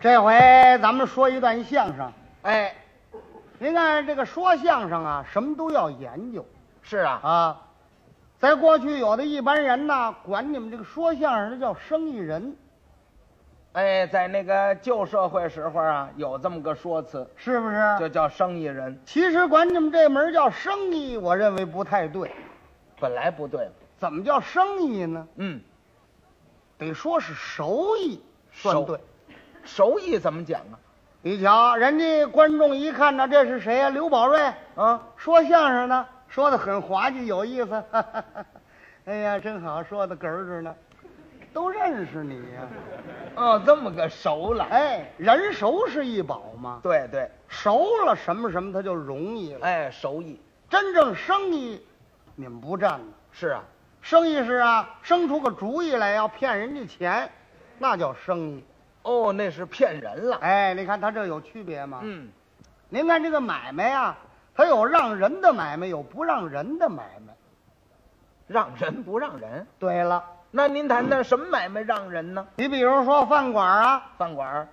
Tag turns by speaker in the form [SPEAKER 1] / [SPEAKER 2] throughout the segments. [SPEAKER 1] 这回咱们说一段相声。
[SPEAKER 2] 哎，
[SPEAKER 1] 您看这个说相声啊，什么都要研究
[SPEAKER 2] 是啊，
[SPEAKER 1] 啊。在过去，有的一般人呢，管你们这个说相声的叫生意人，
[SPEAKER 2] 哎，在那个旧社会时候啊，有这么个说辞，
[SPEAKER 1] 是不？
[SPEAKER 2] 就是叫生意人，
[SPEAKER 1] 其实管你们这门儿叫生意，我认为不太对。
[SPEAKER 2] 本来不对嘛
[SPEAKER 1] 怎么叫生意呢？
[SPEAKER 2] 嗯，
[SPEAKER 1] 得说是手艺算
[SPEAKER 2] 手
[SPEAKER 1] 对。
[SPEAKER 2] 手艺怎么讲啊？
[SPEAKER 1] 你瞧，人家观众一看到这是谁呀、刘宝瑞，
[SPEAKER 2] 啊，
[SPEAKER 1] 说相声呢，说的很滑稽有意思。 哎呀，真好，说的哏儿着呢，都认识你呀、
[SPEAKER 2] 哦，这么个熟了。
[SPEAKER 1] 哎，人熟是一宝嘛，
[SPEAKER 2] 对对，
[SPEAKER 1] 熟了什么什么，他就容易了。
[SPEAKER 2] 哎，手艺
[SPEAKER 1] 真正生意，你们不占呢。
[SPEAKER 2] 是啊，
[SPEAKER 1] 生意是啊，生出个主意来要骗人家钱，那叫生意。
[SPEAKER 2] 哦，那是骗人了。
[SPEAKER 1] 哎，你看他这有区别吗？
[SPEAKER 2] 嗯，
[SPEAKER 1] 您看这个买卖呀、它有让人的买卖，有不让人的买卖。
[SPEAKER 2] 让人不让人？
[SPEAKER 1] 对了，
[SPEAKER 2] 那您谈谈什么买卖让人呢？
[SPEAKER 1] 你比如说饭馆啊，
[SPEAKER 2] 饭馆儿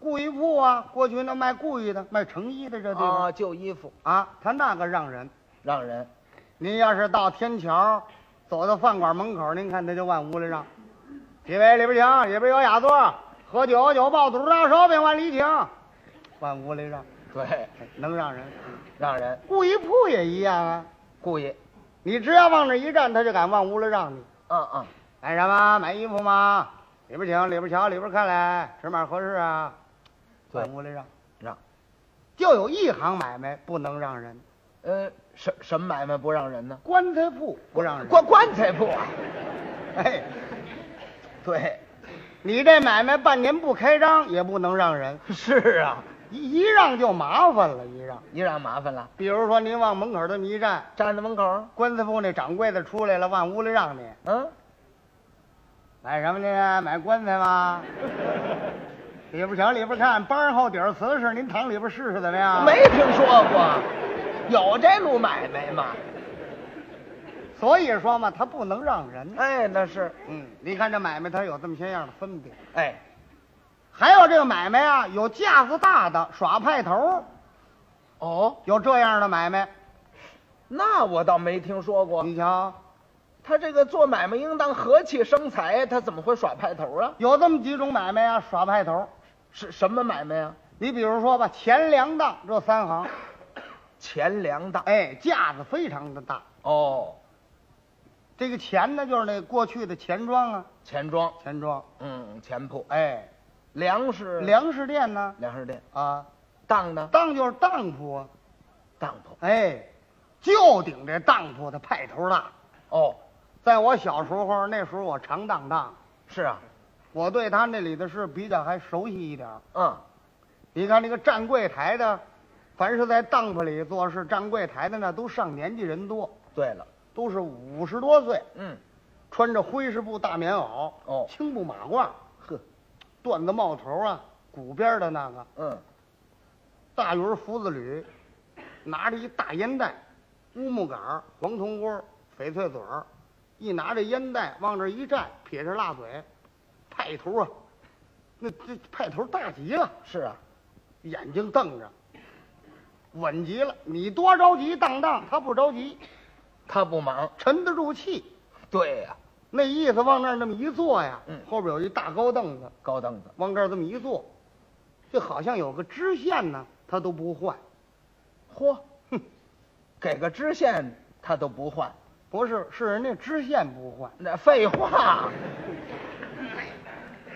[SPEAKER 1] 故衣铺啊，过去那卖故衣的、卖成衣的这地
[SPEAKER 2] 啊，
[SPEAKER 1] 方
[SPEAKER 2] 旧衣服
[SPEAKER 1] 啊，他那个让人。
[SPEAKER 2] 让人，
[SPEAKER 1] 您要是到天桥，走到饭馆门口，您看他就往屋里让，几位里边请，里边有雅座，喝酒酒爆肚大烧饼往里请，往屋里让，
[SPEAKER 2] 对，
[SPEAKER 1] 哎能让人。
[SPEAKER 2] 让人
[SPEAKER 1] 故衣铺也一样啊，
[SPEAKER 2] 故意，
[SPEAKER 1] 你只要往那一站，他就敢往屋里让你。
[SPEAKER 2] 嗯嗯，
[SPEAKER 1] 买什么？买衣服吗？里边请，里边瞧，里边看来，尺码合适啊。
[SPEAKER 2] 对
[SPEAKER 1] 往屋里让，
[SPEAKER 2] 让，
[SPEAKER 1] 就有一行买卖不能让人，
[SPEAKER 2] 呃，什什么买卖不让人呢？
[SPEAKER 1] 棺材铺不让人。
[SPEAKER 2] 棺棺材铺啊，
[SPEAKER 1] 哎，
[SPEAKER 2] 对，
[SPEAKER 1] 你这买卖半年不开张也不能让人，
[SPEAKER 2] 是啊，
[SPEAKER 1] 一一让就麻烦了，一让。
[SPEAKER 2] 你让麻烦了，
[SPEAKER 1] 比如说您往门口这么一站，
[SPEAKER 2] 站在门口，
[SPEAKER 1] 棺材铺那掌柜的出来了，往屋里让你
[SPEAKER 2] 嗯，
[SPEAKER 1] 买什么去？啊买棺材 吗？里边瞧，里边看，帮上后底儿瓷实，您躺里边试试怎么样？
[SPEAKER 2] 没听说过，有这路买卖吗？
[SPEAKER 1] 所以说嘛，他不能让人。
[SPEAKER 2] 哎，那是，
[SPEAKER 1] 嗯，你看这买卖它有这么些样的分别。
[SPEAKER 2] 哎，
[SPEAKER 1] 还有这个买卖啊，有架子大的耍派头，
[SPEAKER 2] 哦，
[SPEAKER 1] 有这样的买卖。
[SPEAKER 2] 那我倒没听说过，
[SPEAKER 1] 你瞧，
[SPEAKER 2] 他这个做买卖应当和气生财，他怎么会耍派头啊？
[SPEAKER 1] 有这么几种买卖啊，耍派头。
[SPEAKER 2] 是什么买卖啊呀、
[SPEAKER 1] 你比如说吧，钱粮当这三行，
[SPEAKER 2] 钱粮当，
[SPEAKER 1] 哎，架子非常的大。
[SPEAKER 2] 哦，
[SPEAKER 1] 这个钱呢，就是那过去的钱庄啊，
[SPEAKER 2] 钱庄，
[SPEAKER 1] 钱庄。
[SPEAKER 2] 嗯，钱铺，
[SPEAKER 1] 哎，
[SPEAKER 2] 粮食，
[SPEAKER 1] 粮食店呢，
[SPEAKER 2] 粮食店，
[SPEAKER 1] 啊，
[SPEAKER 2] 当呢？
[SPEAKER 1] 当就是当铺啊，
[SPEAKER 2] 当铺，
[SPEAKER 1] 哎，就顶这当铺的派头大。
[SPEAKER 2] 哦，
[SPEAKER 1] 在我小时候，那时候我常当当。
[SPEAKER 2] 是啊，
[SPEAKER 1] 我对他那里的事比较还熟悉一点儿。
[SPEAKER 2] 嗯，
[SPEAKER 1] 你看那个站柜台的，凡是在当铺里做事站柜台的呢，都上年纪人多，
[SPEAKER 2] 对了，
[SPEAKER 1] 都是五十多岁，
[SPEAKER 2] 嗯，
[SPEAKER 1] 穿着灰式布大棉袄，
[SPEAKER 2] 哦
[SPEAKER 1] 青布马褂，
[SPEAKER 2] 呵，
[SPEAKER 1] 缎子帽头啊，鼓边的那个
[SPEAKER 2] 嗯，
[SPEAKER 1] 大云福子履，拿着一大烟袋，乌木杆儿黄铜锅儿，翡翠嘴儿，一拿着烟袋往这一站，撇着辣嘴，派头啊，那这派头大极了。
[SPEAKER 2] 是啊，
[SPEAKER 1] 眼睛瞪着，稳极了。你多着急当当，他不着急，
[SPEAKER 2] 他不忙，
[SPEAKER 1] 沉得住气。
[SPEAKER 2] 对啊呀、
[SPEAKER 1] 那意思往那儿那么一坐呀，
[SPEAKER 2] 嗯
[SPEAKER 1] 后边有一大高凳子，
[SPEAKER 2] 高凳子，
[SPEAKER 1] 往这儿这么一坐，就好像有个支线呢，他都不换。
[SPEAKER 2] 嚯，哼，给个支线他都不换，
[SPEAKER 1] 不是，是人家支线不换。
[SPEAKER 2] 那废 话，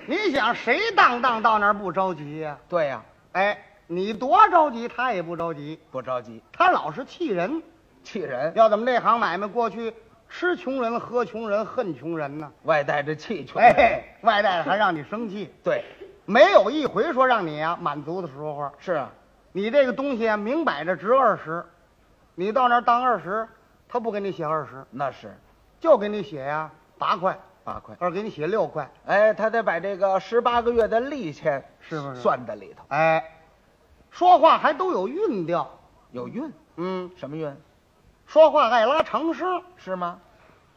[SPEAKER 1] 你想谁当当到那儿不着急呀、
[SPEAKER 2] 对呀、
[SPEAKER 1] 哎，你多着急，他也不着急，
[SPEAKER 2] 不着急，
[SPEAKER 1] 他老是气人。
[SPEAKER 2] 气人，
[SPEAKER 1] 要怎么这行买卖过去，吃穷人、喝穷人、恨穷人呢？
[SPEAKER 2] 外带着气球，
[SPEAKER 1] 哎，外带的还让你生气。
[SPEAKER 2] 对，
[SPEAKER 1] 没有一回说让你啊满足的时候，
[SPEAKER 2] 是啊，
[SPEAKER 1] 你这个东西啊明摆着值二十，你到那儿当二十，他不给你写二十，
[SPEAKER 2] 那是
[SPEAKER 1] 就给你写呀、八块，
[SPEAKER 2] 八块，
[SPEAKER 1] 或者给你写六块。
[SPEAKER 2] 哎，他得把这个十八个月的利钱
[SPEAKER 1] 是不是
[SPEAKER 2] 算在里头？
[SPEAKER 1] 哎，说话还都有韵调，
[SPEAKER 2] 有运，
[SPEAKER 1] 嗯，
[SPEAKER 2] 什么运？
[SPEAKER 1] 说话爱拉长声。
[SPEAKER 2] 是吗？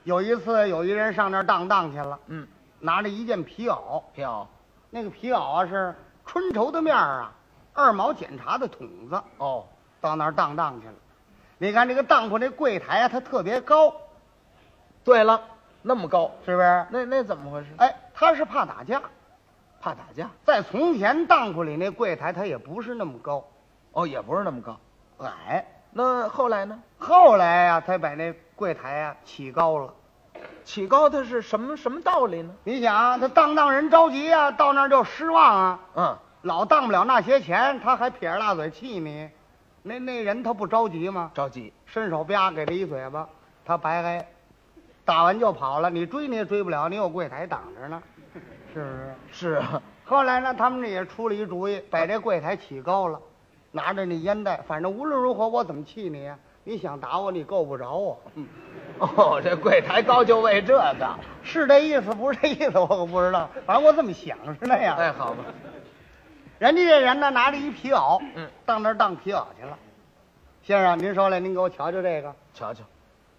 [SPEAKER 1] 有一次有一人上那儿当当去了，
[SPEAKER 2] 嗯，
[SPEAKER 1] 拿着一件皮袄，
[SPEAKER 2] 票，
[SPEAKER 1] 那个皮袄啊是春绸的面儿啊，二毛检查的筒子，
[SPEAKER 2] 哦，
[SPEAKER 1] 到那儿当当去了。你看这个当铺这柜台啊，它特别高，
[SPEAKER 2] 对了，那么高，
[SPEAKER 1] 是不是？
[SPEAKER 2] 那那怎么回事？
[SPEAKER 1] 哎，他是怕打架。
[SPEAKER 2] 怕打架？
[SPEAKER 1] 在从前当铺里那柜台，它也不是那么高，
[SPEAKER 2] 哦，也不是那么高。
[SPEAKER 1] 矮。
[SPEAKER 2] 那后来呢？
[SPEAKER 1] 后来呀、才把那柜台呀、起高了。
[SPEAKER 2] 起高它是什么什么道理呢？
[SPEAKER 1] 你想啊，他当当人着急啊，到那儿就失望啊，
[SPEAKER 2] 嗯，
[SPEAKER 1] 老当不了那些钱，他还撇着大嘴气你。那那人他不着急吗？
[SPEAKER 2] 着急。
[SPEAKER 1] 伸手啪给他一嘴巴，他白挨，打完就跑了。你追你也追不了，你有柜台挡着呢，是不是？
[SPEAKER 2] 是啊，
[SPEAKER 1] 后来呢，他们这也出了一主意，把这柜台起高了，拿着那烟袋，反正无论如何我怎么气你啊，你想打我你够不着啊我，
[SPEAKER 2] 哦，这柜台高就为这个。
[SPEAKER 1] 是这意思不是这意思我可不知 道，反正我这么想是那样。
[SPEAKER 2] 哎，好吧，
[SPEAKER 1] 人家这人呢，拿着一皮袄，
[SPEAKER 2] 嗯，
[SPEAKER 1] 到那儿当皮袄去了。先生，您手里您给我瞧瞧这个，
[SPEAKER 2] 瞧瞧，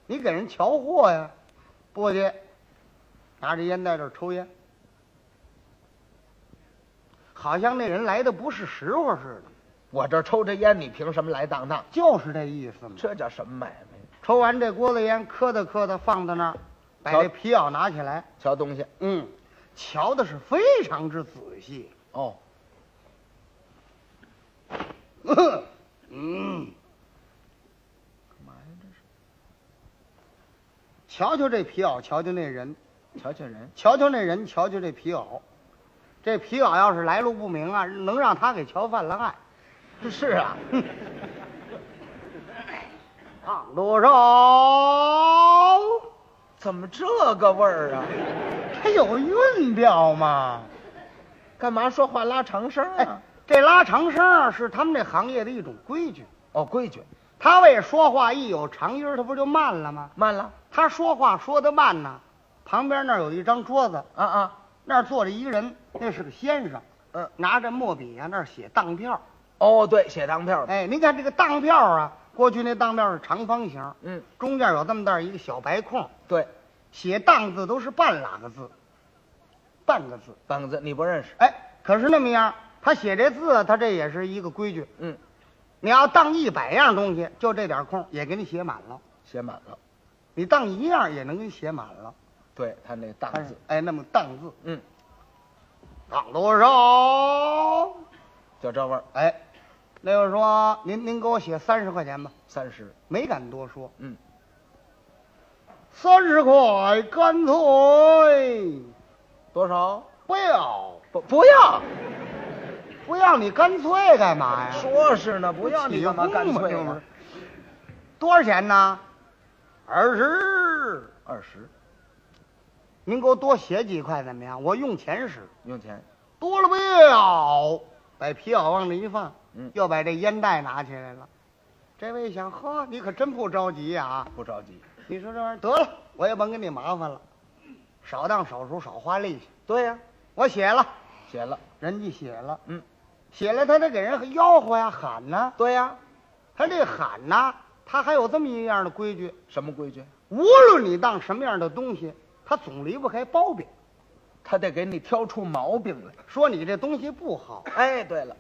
[SPEAKER 1] 你给人瞧货呀？过去，拿着烟袋这儿抽烟，好像那人来的不是时候似的，
[SPEAKER 2] 我这抽着烟，你凭什么来当当？
[SPEAKER 1] 就是这意思嘛。
[SPEAKER 2] 这叫什么买卖？
[SPEAKER 1] 抽完这锅子烟，磕哒磕哒放在那儿，把
[SPEAKER 2] 瞧
[SPEAKER 1] 这皮袄拿起来，
[SPEAKER 2] 瞧东西。
[SPEAKER 1] 嗯，瞧的是非常之仔细。
[SPEAKER 2] 哦，
[SPEAKER 1] 嗯，
[SPEAKER 2] 干嘛呀？这
[SPEAKER 1] 瞧瞧这皮袄，瞧瞧那人，
[SPEAKER 2] 是瞧瞧人。
[SPEAKER 1] 瞧瞧那人，瞧瞧这皮袄，这皮袄要是来路不明啊，能让他给瞧犯了案。
[SPEAKER 2] 是啊，
[SPEAKER 1] 胖多少？
[SPEAKER 2] 怎么这个味儿啊？
[SPEAKER 1] 他有韵调吗？
[SPEAKER 2] 干嘛说话拉长声
[SPEAKER 1] 哎
[SPEAKER 2] 啊？，
[SPEAKER 1] 这拉长声啊是他们这行业的一种规矩。
[SPEAKER 2] 哦，规矩，
[SPEAKER 1] 他为说话一有长音儿，他不就慢了吗？
[SPEAKER 2] 慢了。
[SPEAKER 1] 他说话说得慢呢，旁边那儿有一张桌子，
[SPEAKER 2] 啊啊，
[SPEAKER 1] 那儿坐着一个人，那是个先生，
[SPEAKER 2] 嗯，
[SPEAKER 1] 拿着墨笔啊，那儿写当票。
[SPEAKER 2] 哦，对，写当票的。
[SPEAKER 1] 哎，您看这个当票啊，过去那当票是长方形，
[SPEAKER 2] 嗯，
[SPEAKER 1] 中间有这么大一个小白空，
[SPEAKER 2] 对，
[SPEAKER 1] 写“当”字都是半拉个字，半个字。
[SPEAKER 2] 半个字你不认识。
[SPEAKER 1] 哎，可是那么样，他写这字啊，他这也是一个规矩。
[SPEAKER 2] 嗯，
[SPEAKER 1] 你要当一百样东西，就这点空也给你写满了；
[SPEAKER 2] 写满了。
[SPEAKER 1] 你当一样也能给你写满了。
[SPEAKER 2] 对他那大字，
[SPEAKER 1] 哎，那么“当”字，
[SPEAKER 2] 嗯，
[SPEAKER 1] 当多少？
[SPEAKER 2] 就这味儿，
[SPEAKER 1] 哎，那就说您您给我写三十块钱吧，
[SPEAKER 2] 三十。
[SPEAKER 1] 没敢多说。
[SPEAKER 2] 嗯，
[SPEAKER 1] 三十块，干脆
[SPEAKER 2] 多少？
[SPEAKER 1] 不要，
[SPEAKER 2] 不，不要。
[SPEAKER 1] 不要你干脆干哎嘛呀？
[SPEAKER 2] 说是呢，不要你干嘛干脆
[SPEAKER 1] 起哄嘛
[SPEAKER 2] 呢
[SPEAKER 1] 这？多少钱呢？二十。
[SPEAKER 2] 二十，
[SPEAKER 1] 您给我多写几块怎么样？我用钱使，
[SPEAKER 2] 用钱。
[SPEAKER 1] 多了不要。把皮袄往这一放，
[SPEAKER 2] 嗯
[SPEAKER 1] 又把这烟袋拿起来了。这位一想，呵，你可真不着急呀、啊！
[SPEAKER 2] 不着急。
[SPEAKER 1] 你说这玩意儿得了，我也甭跟你麻烦了，少当少数，少花力气。
[SPEAKER 2] 对呀、
[SPEAKER 1] 我写了，
[SPEAKER 2] 写了。
[SPEAKER 1] 人家写了，
[SPEAKER 2] 嗯，
[SPEAKER 1] 写了他得给人吆喝呀、喊呐、
[SPEAKER 2] 对呀、
[SPEAKER 1] 他这喊呐、他还有这么一样的规矩，
[SPEAKER 2] 什么规矩？
[SPEAKER 1] 无论你当什么样的东西，他总离不开包庇，
[SPEAKER 2] 他得给你挑出毛病来。
[SPEAKER 1] 说你这东西不好。
[SPEAKER 2] 哎，对了，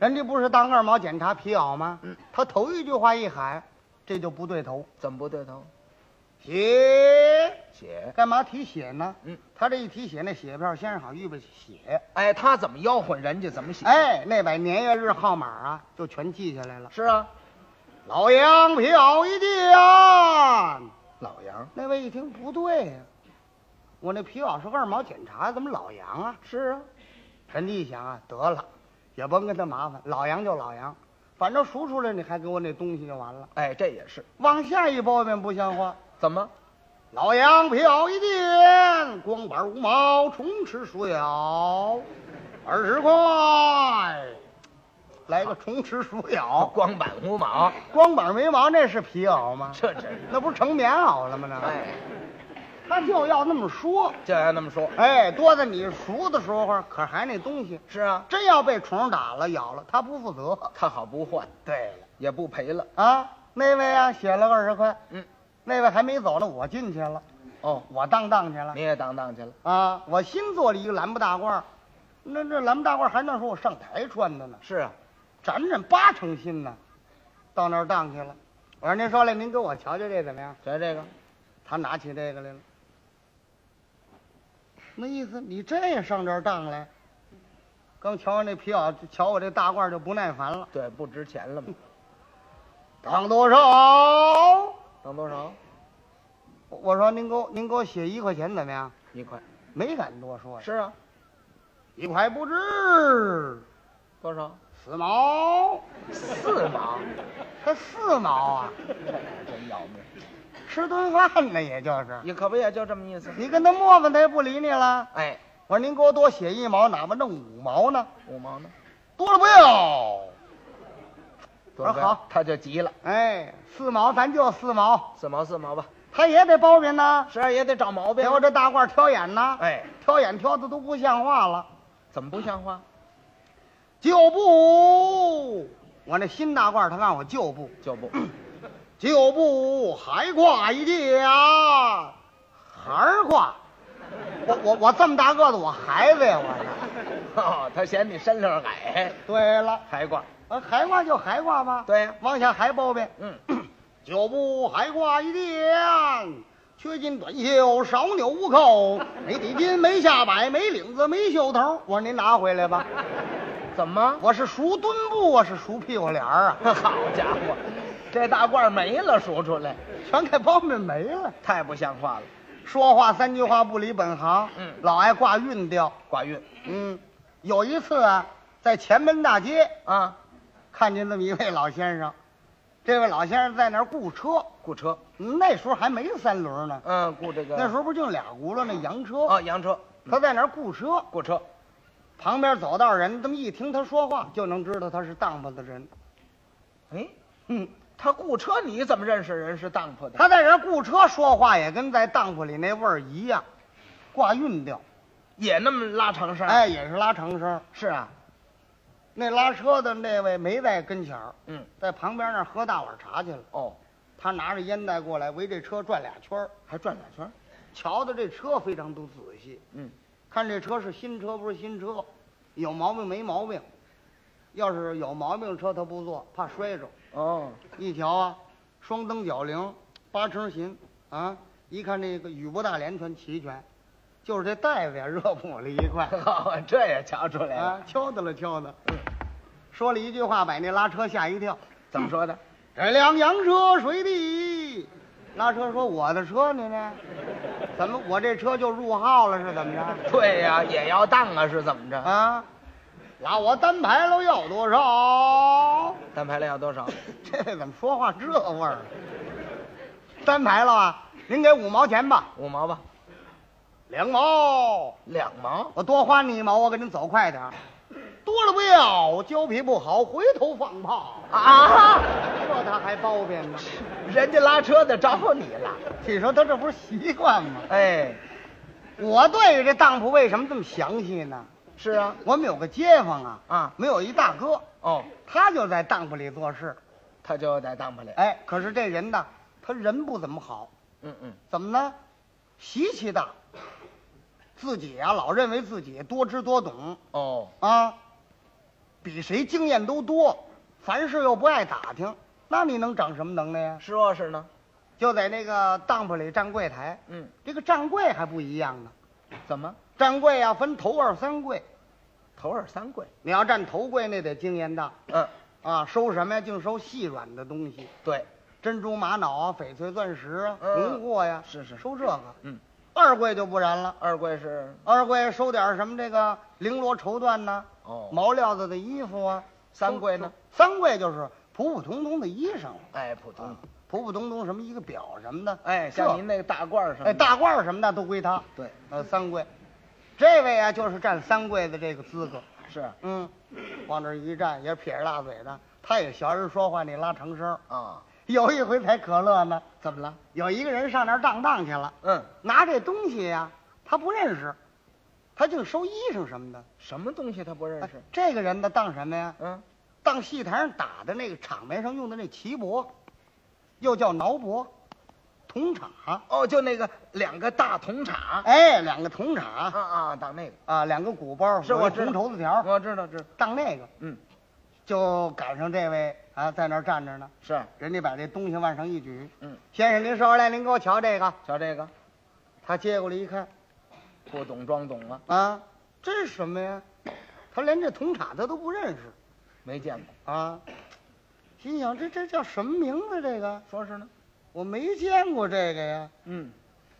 [SPEAKER 1] 人家不是当二毛检查皮袄吗？他头一句话一喊，这就不对头。
[SPEAKER 2] 怎么不对头？
[SPEAKER 1] 血，
[SPEAKER 2] 写。
[SPEAKER 1] 干嘛提血呢？
[SPEAKER 2] 嗯，
[SPEAKER 1] 他这一提血，那血票先生好预备血，
[SPEAKER 2] 哎，他怎么吆喝，人家怎么写。，
[SPEAKER 1] 哎，那把年月日号码啊，就全记下来了。
[SPEAKER 2] 是啊，
[SPEAKER 1] 老杨皮袄一件，
[SPEAKER 2] 老杨。
[SPEAKER 1] 那位一听不对呀、啊我那皮袄是二毛检查，怎么老杨啊？
[SPEAKER 2] 是啊，
[SPEAKER 1] 人家一想啊，得了，也甭跟他麻烦，老杨就老杨，反正赎出来你还给我那东西就完了。
[SPEAKER 2] 哎，这也是。
[SPEAKER 1] 往下一包便不像话。
[SPEAKER 2] 怎么？
[SPEAKER 1] 老羊皮袄一件，光板无毛，虫吃鼠咬，二十块，来个虫吃鼠咬。
[SPEAKER 2] 光板无毛。
[SPEAKER 1] 光板没毛，那是皮袄吗？
[SPEAKER 2] 这真是。
[SPEAKER 1] 那不是成棉袄了吗？那，
[SPEAKER 2] 哎，
[SPEAKER 1] 他就要那么说。
[SPEAKER 2] 就要那么说。
[SPEAKER 1] 哎，多在你熟的时候，可还那东西，
[SPEAKER 2] 是啊，
[SPEAKER 1] 真要被虫打了、咬了，他不负责。
[SPEAKER 2] 看好不换，
[SPEAKER 1] 对了，
[SPEAKER 2] 也不赔了。
[SPEAKER 1] 啊，那位啊，写了二十块，
[SPEAKER 2] 嗯，
[SPEAKER 1] 那位还没走呢，我进去了，
[SPEAKER 2] 哦，
[SPEAKER 1] 我当当去了
[SPEAKER 2] 你。也当当去了。
[SPEAKER 1] 啊，我新做了一个蓝布大褂儿，那那咱们大褂还那时候我上台穿的呢，
[SPEAKER 2] 是啊，
[SPEAKER 1] 整整八成新呢。到那儿当去了，我说您说来，您给我瞧瞧这怎么样？
[SPEAKER 2] 瞧这个，
[SPEAKER 1] 他拿起这个来了，那意思你这也上这儿当来？刚瞧完这皮袄，瞧我这大褂就不耐烦了。
[SPEAKER 2] 对，不值钱了嘛，
[SPEAKER 1] 当多少？
[SPEAKER 2] 当多少？
[SPEAKER 1] 我说您给我您给我写一块钱怎么样？
[SPEAKER 2] 一块。
[SPEAKER 1] 没敢多说呀，
[SPEAKER 2] 是啊，
[SPEAKER 1] 一块不值，
[SPEAKER 2] 多少？
[SPEAKER 1] 四毛，
[SPEAKER 2] 四毛，
[SPEAKER 1] 才四毛啊！
[SPEAKER 2] 这俩人真要命。
[SPEAKER 1] 吃顿饭呢，也就是
[SPEAKER 2] 你可不也就这么意思？
[SPEAKER 1] 你跟他磨磨，他也不理你了。
[SPEAKER 2] 哎，
[SPEAKER 1] 我说您给我多写一毛，哪怕弄五毛呢，
[SPEAKER 2] 五毛呢？
[SPEAKER 1] 多了不要。
[SPEAKER 2] 多少
[SPEAKER 1] 我说好
[SPEAKER 2] 他就急了，
[SPEAKER 1] 哎，四毛咱就四毛，
[SPEAKER 2] 四毛四毛吧，
[SPEAKER 1] 他也得包贬呐。
[SPEAKER 2] 是啊，也得找毛病
[SPEAKER 1] 给。我这大褂挑眼呐，
[SPEAKER 2] 哎，
[SPEAKER 1] 挑眼挑的都不像话了，
[SPEAKER 2] 怎么不像话？
[SPEAKER 1] 旧布。我那新大褂他让我旧布，
[SPEAKER 2] 就不，
[SPEAKER 1] 旧布还挂一架，孩儿挂。我我我这么大个子，我孩子呀，我是。
[SPEAKER 2] 哦，他嫌你身量矮，
[SPEAKER 1] 对了，
[SPEAKER 2] 还挂。
[SPEAKER 1] 啊，还挂就还挂吧。
[SPEAKER 2] 对呀
[SPEAKER 1] 往下还包呗。
[SPEAKER 2] 嗯，
[SPEAKER 1] 九步还挂一垫，缺斤短袖，少纽无 扣，没底襟，没下摆，没领子，没袖头。我说您拿回来吧，
[SPEAKER 2] 怎么？
[SPEAKER 1] 我是熟墩布，我是熟屁股帘儿啊，
[SPEAKER 2] 好家伙，这大褂没了，数出来，
[SPEAKER 1] 全给包面没了。
[SPEAKER 2] 太不像话了。
[SPEAKER 1] 说话三句话不离本行，
[SPEAKER 2] 嗯
[SPEAKER 1] 老爱挂韵调。
[SPEAKER 2] 挂运
[SPEAKER 1] 嗯，有一次啊，在前门大街
[SPEAKER 2] 啊，
[SPEAKER 1] 看见这么一位老先生，这位老先生在那儿雇车，
[SPEAKER 2] 雇车，
[SPEAKER 1] 那时候还没三轮呢，
[SPEAKER 2] 嗯，雇这个
[SPEAKER 1] 那时候不就俩轱辘那洋车
[SPEAKER 2] 啊，洋车，
[SPEAKER 1] 他在那儿雇车，
[SPEAKER 2] 雇车，
[SPEAKER 1] 旁边走道人这么一听他说话，就能知道他是当铺的人。
[SPEAKER 2] 哎，嗯，他雇车，你怎么认识人是当铺的？
[SPEAKER 1] 他在这儿雇车说话也跟在当铺里那味儿一样，挂韵调，
[SPEAKER 2] 也那么拉长声？，
[SPEAKER 1] 哎，也是拉长声。
[SPEAKER 2] 是啊，
[SPEAKER 1] 那拉车的那位没在跟前儿，
[SPEAKER 2] 嗯，
[SPEAKER 1] 在旁边那儿喝大碗茶去了。
[SPEAKER 2] 哦，
[SPEAKER 1] 他拿着烟袋过来，围这车转俩圈儿，
[SPEAKER 2] 还转俩圈儿，
[SPEAKER 1] 瞧的这车非常都仔细，
[SPEAKER 2] 嗯，
[SPEAKER 1] 看这车是新车不是新车，有毛病没毛病。要是有毛病车他不坐，怕摔着。
[SPEAKER 2] 哦，
[SPEAKER 1] 一瞧啊，双蹬脚铃，八成新啊！一看这个雨不大脸全齐全，就是这袋子呀热不我了一 块
[SPEAKER 2] 这也瞧出来了。
[SPEAKER 1] 啊，敲的了敲的
[SPEAKER 2] 嗯，
[SPEAKER 1] 说了一句话，把那拉车吓一跳。
[SPEAKER 2] 怎么说的？
[SPEAKER 1] 这辆洋车谁的？拉车说我的车呢呢？怎么我这车就入号了是怎么着？
[SPEAKER 2] 对呀、也要当啊，是怎么着？
[SPEAKER 1] 啊，拉我单排了要多少？
[SPEAKER 2] 单排量要多少？
[SPEAKER 1] 这怎么说话这味儿啊？单排了啊？您给五毛钱吧。
[SPEAKER 2] 五毛吧，
[SPEAKER 1] 两毛，
[SPEAKER 2] 两毛。
[SPEAKER 1] 我多花你一毛，我给您走快点儿，多了不要，胶皮不好，回头放炮。
[SPEAKER 2] 啊，
[SPEAKER 1] 这他还包贬呢？
[SPEAKER 2] 人家拉车的找你了。
[SPEAKER 1] 你说他这不是习惯吗？
[SPEAKER 2] 哎，
[SPEAKER 1] 我对于这当铺为什么这么详细呢？
[SPEAKER 2] 是啊，
[SPEAKER 1] 我们有个街坊啊，
[SPEAKER 2] 啊
[SPEAKER 1] 没有一大哥，
[SPEAKER 2] 哦，
[SPEAKER 1] 他就在当铺里做事。
[SPEAKER 2] 他就在当铺里。
[SPEAKER 1] 哎，可是这人呢，他人不怎么好，
[SPEAKER 2] 嗯嗯，
[SPEAKER 1] 怎么呢？习气大，自己啊老认为自己多知多懂，
[SPEAKER 2] 哦，
[SPEAKER 1] 啊，比谁经验都多，凡事又不爱打听，那你能长什么能耐呀？
[SPEAKER 2] 说是呢。
[SPEAKER 1] 就在那个当铺里站柜台，
[SPEAKER 2] 嗯，
[SPEAKER 1] 这个站柜还不一样呢。
[SPEAKER 2] 怎么？
[SPEAKER 1] 站柜啊，分头二三柜，
[SPEAKER 2] 头二三跪。
[SPEAKER 1] 你要站头柜那得经验大
[SPEAKER 2] 嗯，
[SPEAKER 1] 啊，收什么呀？净收细软的东西，
[SPEAKER 2] 对，
[SPEAKER 1] 珍珠玛瑙啊，翡翠钻石啊，
[SPEAKER 2] 嗯
[SPEAKER 1] 荣货呀，
[SPEAKER 2] 是是
[SPEAKER 1] 收这个。
[SPEAKER 2] 嗯，
[SPEAKER 1] 二柜就不然了，
[SPEAKER 2] 二跪是
[SPEAKER 1] 二柜收点什么这个绫罗绸缎呐、
[SPEAKER 2] 哦
[SPEAKER 1] 毛料子的衣服啊。
[SPEAKER 2] 三跪呢？
[SPEAKER 1] 三跪就是普普通通的衣裳了，啊
[SPEAKER 2] 哎，普通。
[SPEAKER 1] 普普通通什么一个表什么的，
[SPEAKER 2] 哎，
[SPEAKER 1] 这
[SPEAKER 2] 像您那个大褂儿上。
[SPEAKER 1] 哎大褂什么的都归他。
[SPEAKER 2] 对，
[SPEAKER 1] 呃，三跪，这位啊就是占三跪的这个资格。
[SPEAKER 2] 是啊
[SPEAKER 1] 嗯，往这儿一站也撇着大嘴的，他也学人说话，你拉长声儿。
[SPEAKER 2] 啊
[SPEAKER 1] 有一回才可乐呢，
[SPEAKER 2] 怎么了？
[SPEAKER 1] 有一个人上那儿当当去了，
[SPEAKER 2] 嗯，
[SPEAKER 1] 拿这东西呀、他不认识，他净收衣裳什么的。
[SPEAKER 2] 什么东西他不认
[SPEAKER 1] 哎
[SPEAKER 2] 识？
[SPEAKER 1] 这个人呢，当什么呀？
[SPEAKER 2] 嗯，
[SPEAKER 1] 当戏台上打的那个场面上用的那旗帛，又叫挠帛，铜镲，
[SPEAKER 2] 哦，就那个两个大铜叉，
[SPEAKER 1] 哎，两个铜镲
[SPEAKER 2] 啊啊，当那个，
[SPEAKER 1] 啊，两个鼓包，
[SPEAKER 2] 是
[SPEAKER 1] 有
[SPEAKER 2] 我
[SPEAKER 1] 一
[SPEAKER 2] 知道
[SPEAKER 1] 铜绸子条，
[SPEAKER 2] 我知道，知道，
[SPEAKER 1] 当那个
[SPEAKER 2] 嗯，
[SPEAKER 1] 就赶上这位啊，在那儿站着呢，
[SPEAKER 2] 是，
[SPEAKER 1] 人家把这东西往上一举，
[SPEAKER 2] 嗯，
[SPEAKER 1] 先生您说来，您给我瞧这个，
[SPEAKER 2] 瞧这个，
[SPEAKER 1] 他接过来一看，
[SPEAKER 2] 不懂装懂了，
[SPEAKER 1] 啊，这是什么呀？他连这铜镲他都不认识
[SPEAKER 2] 没见过，
[SPEAKER 1] 啊，心想这这叫什么名字？这个
[SPEAKER 2] 说是呢，
[SPEAKER 1] 我没见过这个呀。
[SPEAKER 2] 嗯，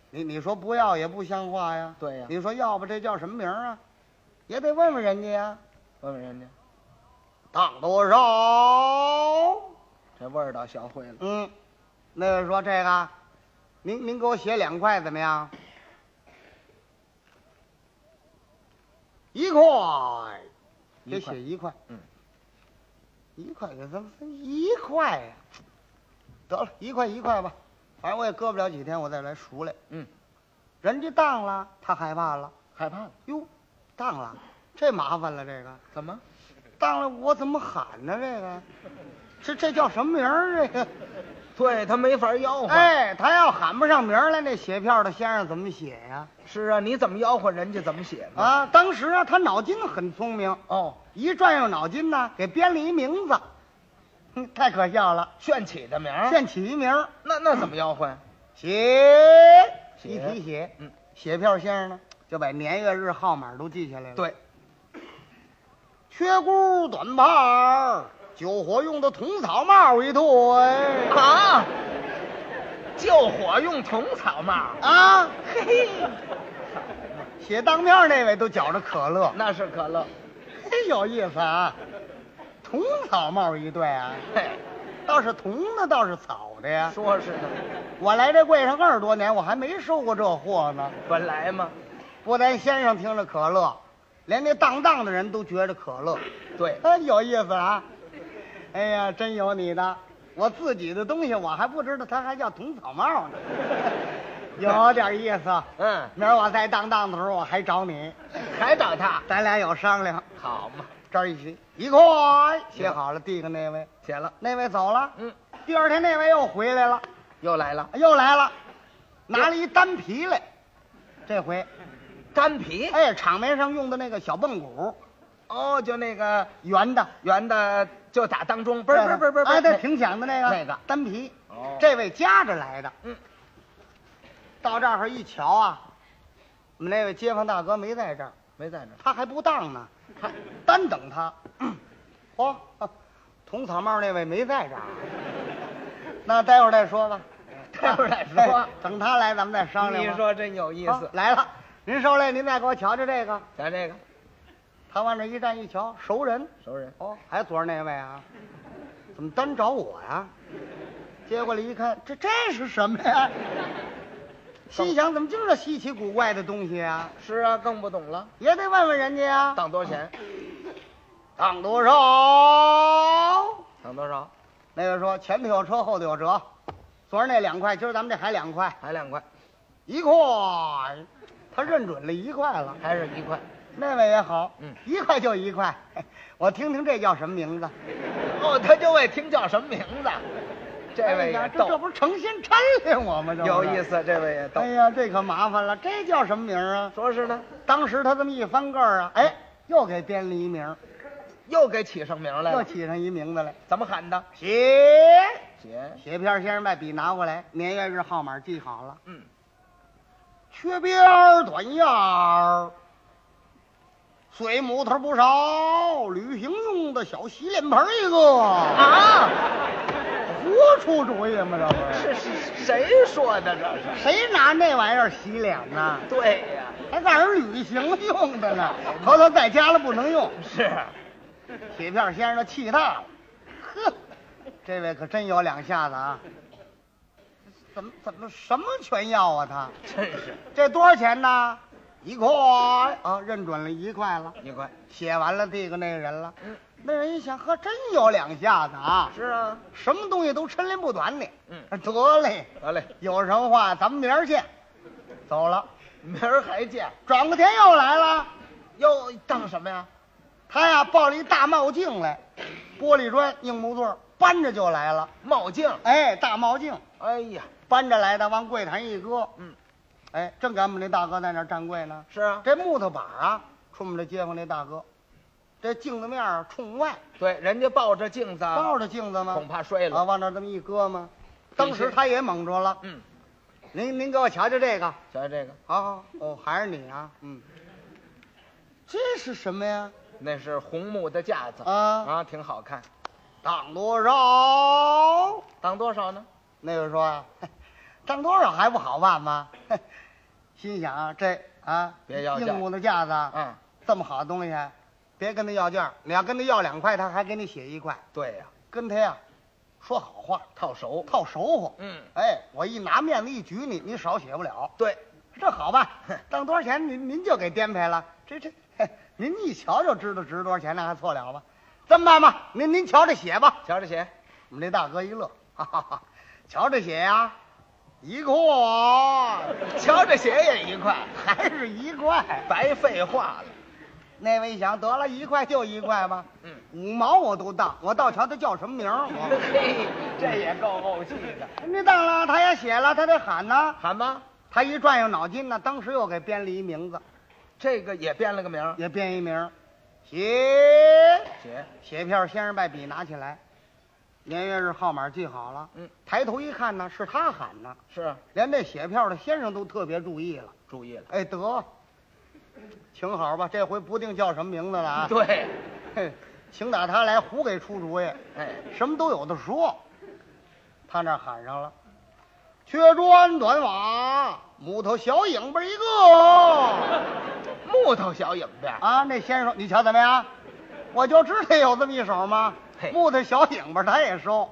[SPEAKER 1] 你你说不要也不像话呀。
[SPEAKER 2] 对呀
[SPEAKER 1] 你说要不这叫什么名儿啊？也得问问人家呀。
[SPEAKER 2] 问问人家，
[SPEAKER 1] 当多少？
[SPEAKER 2] 这味儿倒学会了，
[SPEAKER 1] 嗯，那个说这个，您您给我写两块怎么样？一块，得
[SPEAKER 2] 一块
[SPEAKER 1] 写一块。
[SPEAKER 2] 嗯，
[SPEAKER 1] 一块给咱们分一块呀、得了，一块一块吧，反正我也搁不了几天，我再来赎来。
[SPEAKER 2] 嗯，
[SPEAKER 1] 人家当了，他害怕了。
[SPEAKER 2] 害怕了，
[SPEAKER 1] 哟，当了，这麻烦了，这个
[SPEAKER 2] 怎么？
[SPEAKER 1] 当了我怎么喊呢？这个，这这叫什么名儿？这个。
[SPEAKER 2] 对他没法吆喝，，
[SPEAKER 1] 哎，他要喊不上名儿来，那写票的先生怎么写呀、
[SPEAKER 2] 是啊，你怎么吆喝人家怎么写
[SPEAKER 1] 啊？
[SPEAKER 2] 呢？
[SPEAKER 1] 当时啊，他脑筋很聪明，
[SPEAKER 2] 哦，
[SPEAKER 1] 一转悠脑筋呢，给编了一名字， 哼太可笑了，
[SPEAKER 2] 炫起的名儿，
[SPEAKER 1] 现起一名儿，
[SPEAKER 2] 那那怎么吆喝呀？
[SPEAKER 1] 写
[SPEAKER 2] 写
[SPEAKER 1] 一提写，
[SPEAKER 2] 嗯，
[SPEAKER 1] 写票先生呢就把年月日号码都记下来了。，
[SPEAKER 2] 对，
[SPEAKER 1] 缺箍短耙儿，救火用的铜草帽一对，
[SPEAKER 2] 啊，救火用铜草帽，
[SPEAKER 1] 啊，
[SPEAKER 2] 嘿，
[SPEAKER 1] 写当票那位都觉着可乐，
[SPEAKER 2] 那是可乐，
[SPEAKER 1] 嘿，有意思啊，铜草帽一对啊，
[SPEAKER 2] 嘿，
[SPEAKER 1] 倒是铜的，倒是草的呀。
[SPEAKER 2] 说是呢，
[SPEAKER 1] 我来这柜上二十多年，我还没收过这货呢。
[SPEAKER 2] 本来嘛，
[SPEAKER 1] 不但先生听着可乐，连那当当的人都觉着可乐，
[SPEAKER 2] 对，
[SPEAKER 1] 哎，有意思啊！哎呀，真有你的！我自己的东西我还不知道，它还叫铜草帽 呢，有点意思。
[SPEAKER 2] 嗯，
[SPEAKER 1] 明儿我再当当的时候，我还找你，
[SPEAKER 2] 还找他，
[SPEAKER 1] 咱俩有商量。
[SPEAKER 2] 好嘛，
[SPEAKER 1] 这儿一起一块写好了，递给那位，
[SPEAKER 2] 写了，
[SPEAKER 1] 那位走了。
[SPEAKER 2] 嗯，
[SPEAKER 1] 第二天那位又回来了，
[SPEAKER 2] 又来了，
[SPEAKER 1] 又来了，拿了一单皮来，这回，
[SPEAKER 2] 干皮，
[SPEAKER 1] 哎，场面上用的那个小蹦鼓，
[SPEAKER 2] 哦，就那个
[SPEAKER 1] 圆的，
[SPEAKER 2] 圆的，就打当中，嘣儿嘣儿嘣儿嘣儿，
[SPEAKER 1] 哎，对，
[SPEAKER 2] 那
[SPEAKER 1] 挺响的那个，
[SPEAKER 2] 那个
[SPEAKER 1] 单皮，
[SPEAKER 2] 哦
[SPEAKER 1] 这位夹着来的，
[SPEAKER 2] 嗯，
[SPEAKER 1] 到这儿一瞧啊，我们那位街坊大哥没在这儿，
[SPEAKER 2] 没在那
[SPEAKER 1] 他还不当呢，他单等他，嗯嚯、哦，铜草帽那位没在这儿啊，那待会儿再说吧，
[SPEAKER 2] 待会儿再说
[SPEAKER 1] 哎等他来咱们再商
[SPEAKER 2] 儿，
[SPEAKER 1] 量吧。啊
[SPEAKER 2] 你说真有意
[SPEAKER 1] 好
[SPEAKER 2] 思，
[SPEAKER 1] 来了，您受累，您再给我瞧瞧这个。
[SPEAKER 2] 咱这个
[SPEAKER 1] 他往这一站一瞧，熟人
[SPEAKER 2] 熟人，
[SPEAKER 1] 哦，还昨儿那位啊？怎么单找我呀？接过来一看，这这是什么呀？心想怎么就是稀奇古怪的东西啊？
[SPEAKER 2] 是啊，更不懂了，
[SPEAKER 1] 也得问问人家呀。
[SPEAKER 2] 当多
[SPEAKER 1] 啊
[SPEAKER 2] 少钱？
[SPEAKER 1] 当多少？
[SPEAKER 2] 当多少？
[SPEAKER 1] 那个说前头有车，后头有辙。昨儿那两块，今儿咱们这还两块，
[SPEAKER 2] 还两块，
[SPEAKER 1] 一块。他认准了一块了。
[SPEAKER 2] 还是一块？
[SPEAKER 1] 那位也好，
[SPEAKER 2] 嗯
[SPEAKER 1] 一块就一块。我听听这叫什么名字？
[SPEAKER 2] 哦，他就为听叫什么名字，这位
[SPEAKER 1] 哎呀
[SPEAKER 2] 也
[SPEAKER 1] 这这
[SPEAKER 2] 逗，
[SPEAKER 1] 不是成心抻溜我吗？这不
[SPEAKER 2] 有
[SPEAKER 1] 是
[SPEAKER 2] 意。思，这位也逗
[SPEAKER 1] 哎，呀，这可麻烦了，这叫什么名儿啊？
[SPEAKER 2] 说是呢，
[SPEAKER 1] 当时他这么一翻盖儿啊，哎，又给编了一名儿，
[SPEAKER 2] 又给起上名来
[SPEAKER 1] 又
[SPEAKER 2] 了，
[SPEAKER 1] 起上一名字来。
[SPEAKER 2] 怎么喊的？
[SPEAKER 1] 写
[SPEAKER 2] 写，
[SPEAKER 1] 写票先生把笔拿过来，年月日号码记好了。
[SPEAKER 2] 嗯，
[SPEAKER 1] 缺边儿短样儿，碎木头不少，旅行用的小洗脸盆儿一个。
[SPEAKER 2] 啊，
[SPEAKER 1] 胡出主意吗？这不
[SPEAKER 2] 是是谁说的这是？
[SPEAKER 1] 谁拿那玩意儿洗脸呢？
[SPEAKER 2] 对呀，
[SPEAKER 1] 还在儿旅行用的呢，回头在家了不能用。
[SPEAKER 2] 是，
[SPEAKER 1] 铁片先生气大了，呵，这位可真有两下子啊！怎么怎么什么全要啊他？
[SPEAKER 2] 真是
[SPEAKER 1] 这多少钱呢？一块啊，认准了一块了。
[SPEAKER 2] 一块，
[SPEAKER 1] 写完了递给那个人了，
[SPEAKER 2] 嗯，
[SPEAKER 1] 那人一想，呵，真有两下子啊！
[SPEAKER 2] 是啊，
[SPEAKER 1] 什么东西都抻连不短的。
[SPEAKER 2] 嗯
[SPEAKER 1] 得嘞，
[SPEAKER 2] 得嘞，
[SPEAKER 1] 有什么话咱们明儿见。走了，
[SPEAKER 2] 明儿还见，
[SPEAKER 1] 转过天又来了，
[SPEAKER 2] 又当什么呀？
[SPEAKER 1] 他呀抱了一大帽镜来，玻璃砖硬木座，搬着就来了。
[SPEAKER 2] 冒镜，
[SPEAKER 1] 哎，大帽镜，
[SPEAKER 2] 哎呀，
[SPEAKER 1] 搬着来的，往柜台上一搁。
[SPEAKER 2] 嗯，
[SPEAKER 1] 哎，正赶我们那大哥在那儿站柜呢。
[SPEAKER 2] 是啊，
[SPEAKER 1] 这木头板儿啊，冲我们这街坊那大哥，这镜子面儿冲外，
[SPEAKER 2] 对，人家抱着镜子啊，
[SPEAKER 1] 抱着镜子吗？
[SPEAKER 2] 恐怕摔
[SPEAKER 1] 啊，
[SPEAKER 2] 了。
[SPEAKER 1] 往那儿这么一搁吗？当时他也蒙住了。
[SPEAKER 2] 嗯，
[SPEAKER 1] 您您给我瞧瞧这个，
[SPEAKER 2] 瞧瞧这个，
[SPEAKER 1] 好好哦，还是你啊，嗯，这是什么呀？
[SPEAKER 2] 那是红木的架子
[SPEAKER 1] 啊，
[SPEAKER 2] 啊，挺好看。
[SPEAKER 1] 当多少？
[SPEAKER 2] 当多少呢？
[SPEAKER 1] 那个说 啊，嘿当多少还不好办吗？ 嘿心想这啊，
[SPEAKER 2] 别要价
[SPEAKER 1] 硬木头架子啊，
[SPEAKER 2] 啊，
[SPEAKER 1] 这么好的东西，啊别跟他要价儿，你要跟他要两块，他还给你写一块，
[SPEAKER 2] 对呀，
[SPEAKER 1] 跟他呀说好话，
[SPEAKER 2] 套手。
[SPEAKER 1] 套熟乎。
[SPEAKER 2] 嗯，
[SPEAKER 1] 哎，我一拿面子一举你，你少写不了。
[SPEAKER 2] 对，
[SPEAKER 1] 这好 办，当多少钱您您就给颠沛了。这这，嘿您一瞧就知道值多少钱，那还错了吗？这么办吧，您您瞧着写吧。
[SPEAKER 2] 瞧着写，
[SPEAKER 1] 我们这大哥一乐， 哈哈哈，瞧着写呀、一块，
[SPEAKER 2] 瞧着写也一块，
[SPEAKER 1] 还是一块。
[SPEAKER 2] 白废话了。
[SPEAKER 1] 那位一想，得了一块就一块吧，
[SPEAKER 2] 嗯，
[SPEAKER 1] 五毛我都当，我倒瞧他叫什么名儿。我
[SPEAKER 2] 嘿，这也够怄气的。
[SPEAKER 1] 你当了，他也写了，他得喊呐。
[SPEAKER 2] 喊吧，
[SPEAKER 1] 他一转悠脑筋呢，当时又给编了一名字，
[SPEAKER 2] 这个也编了个名儿，
[SPEAKER 1] 也编一名儿，写。
[SPEAKER 2] 写
[SPEAKER 1] 写票先生把笔拿起来，年月日号码记好了。
[SPEAKER 2] 嗯，
[SPEAKER 1] 抬头一看呢，是他喊呢，
[SPEAKER 2] 是
[SPEAKER 1] 连这写票的先生都特别注意了。
[SPEAKER 2] 注意了。
[SPEAKER 1] 哎，得，请好吧，这回不定叫什么名字了啊。
[SPEAKER 2] 对，
[SPEAKER 1] 嘿，请打他来，胡给出主意，
[SPEAKER 2] 哎，
[SPEAKER 1] 什么都有的说。他那喊上了，缺砖短瓦，木头小影子一个。
[SPEAKER 2] 木头小影子，
[SPEAKER 1] 啊，那先生说，你瞧怎么样？我就知道有这么一手嘛
[SPEAKER 2] 嘿。
[SPEAKER 1] 木头小影子他也收，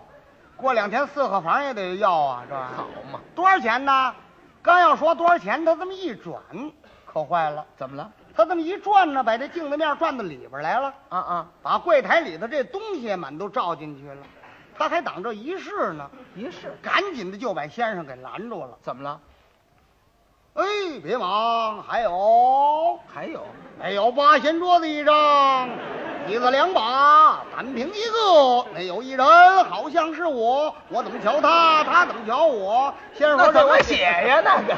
[SPEAKER 1] 过两天四合房也得要啊，这玩意
[SPEAKER 2] 好
[SPEAKER 1] 儿
[SPEAKER 2] 嘛？
[SPEAKER 1] 多少钱呢？刚要说多少钱，他这么一转，可坏了。
[SPEAKER 2] 怎么了？
[SPEAKER 1] 他这么一转呢，把这镜子面转到里边来了，
[SPEAKER 2] 啊啊，
[SPEAKER 1] 把柜台里头这东西也满都照进去了。他还挡这一试呢，
[SPEAKER 2] 一试
[SPEAKER 1] 赶紧的就把先生给拦住了。
[SPEAKER 2] 怎么了？
[SPEAKER 1] 哎，别忙，还有
[SPEAKER 2] 还有
[SPEAKER 1] 没有八仙桌子一张，椅子两把，单凭一个。没有一人，好像是我。我怎么瞧他，他怎么瞧我？先生
[SPEAKER 2] 那
[SPEAKER 1] 说：“
[SPEAKER 2] 怎
[SPEAKER 1] 这
[SPEAKER 2] 么
[SPEAKER 1] 我
[SPEAKER 2] 写呀？那个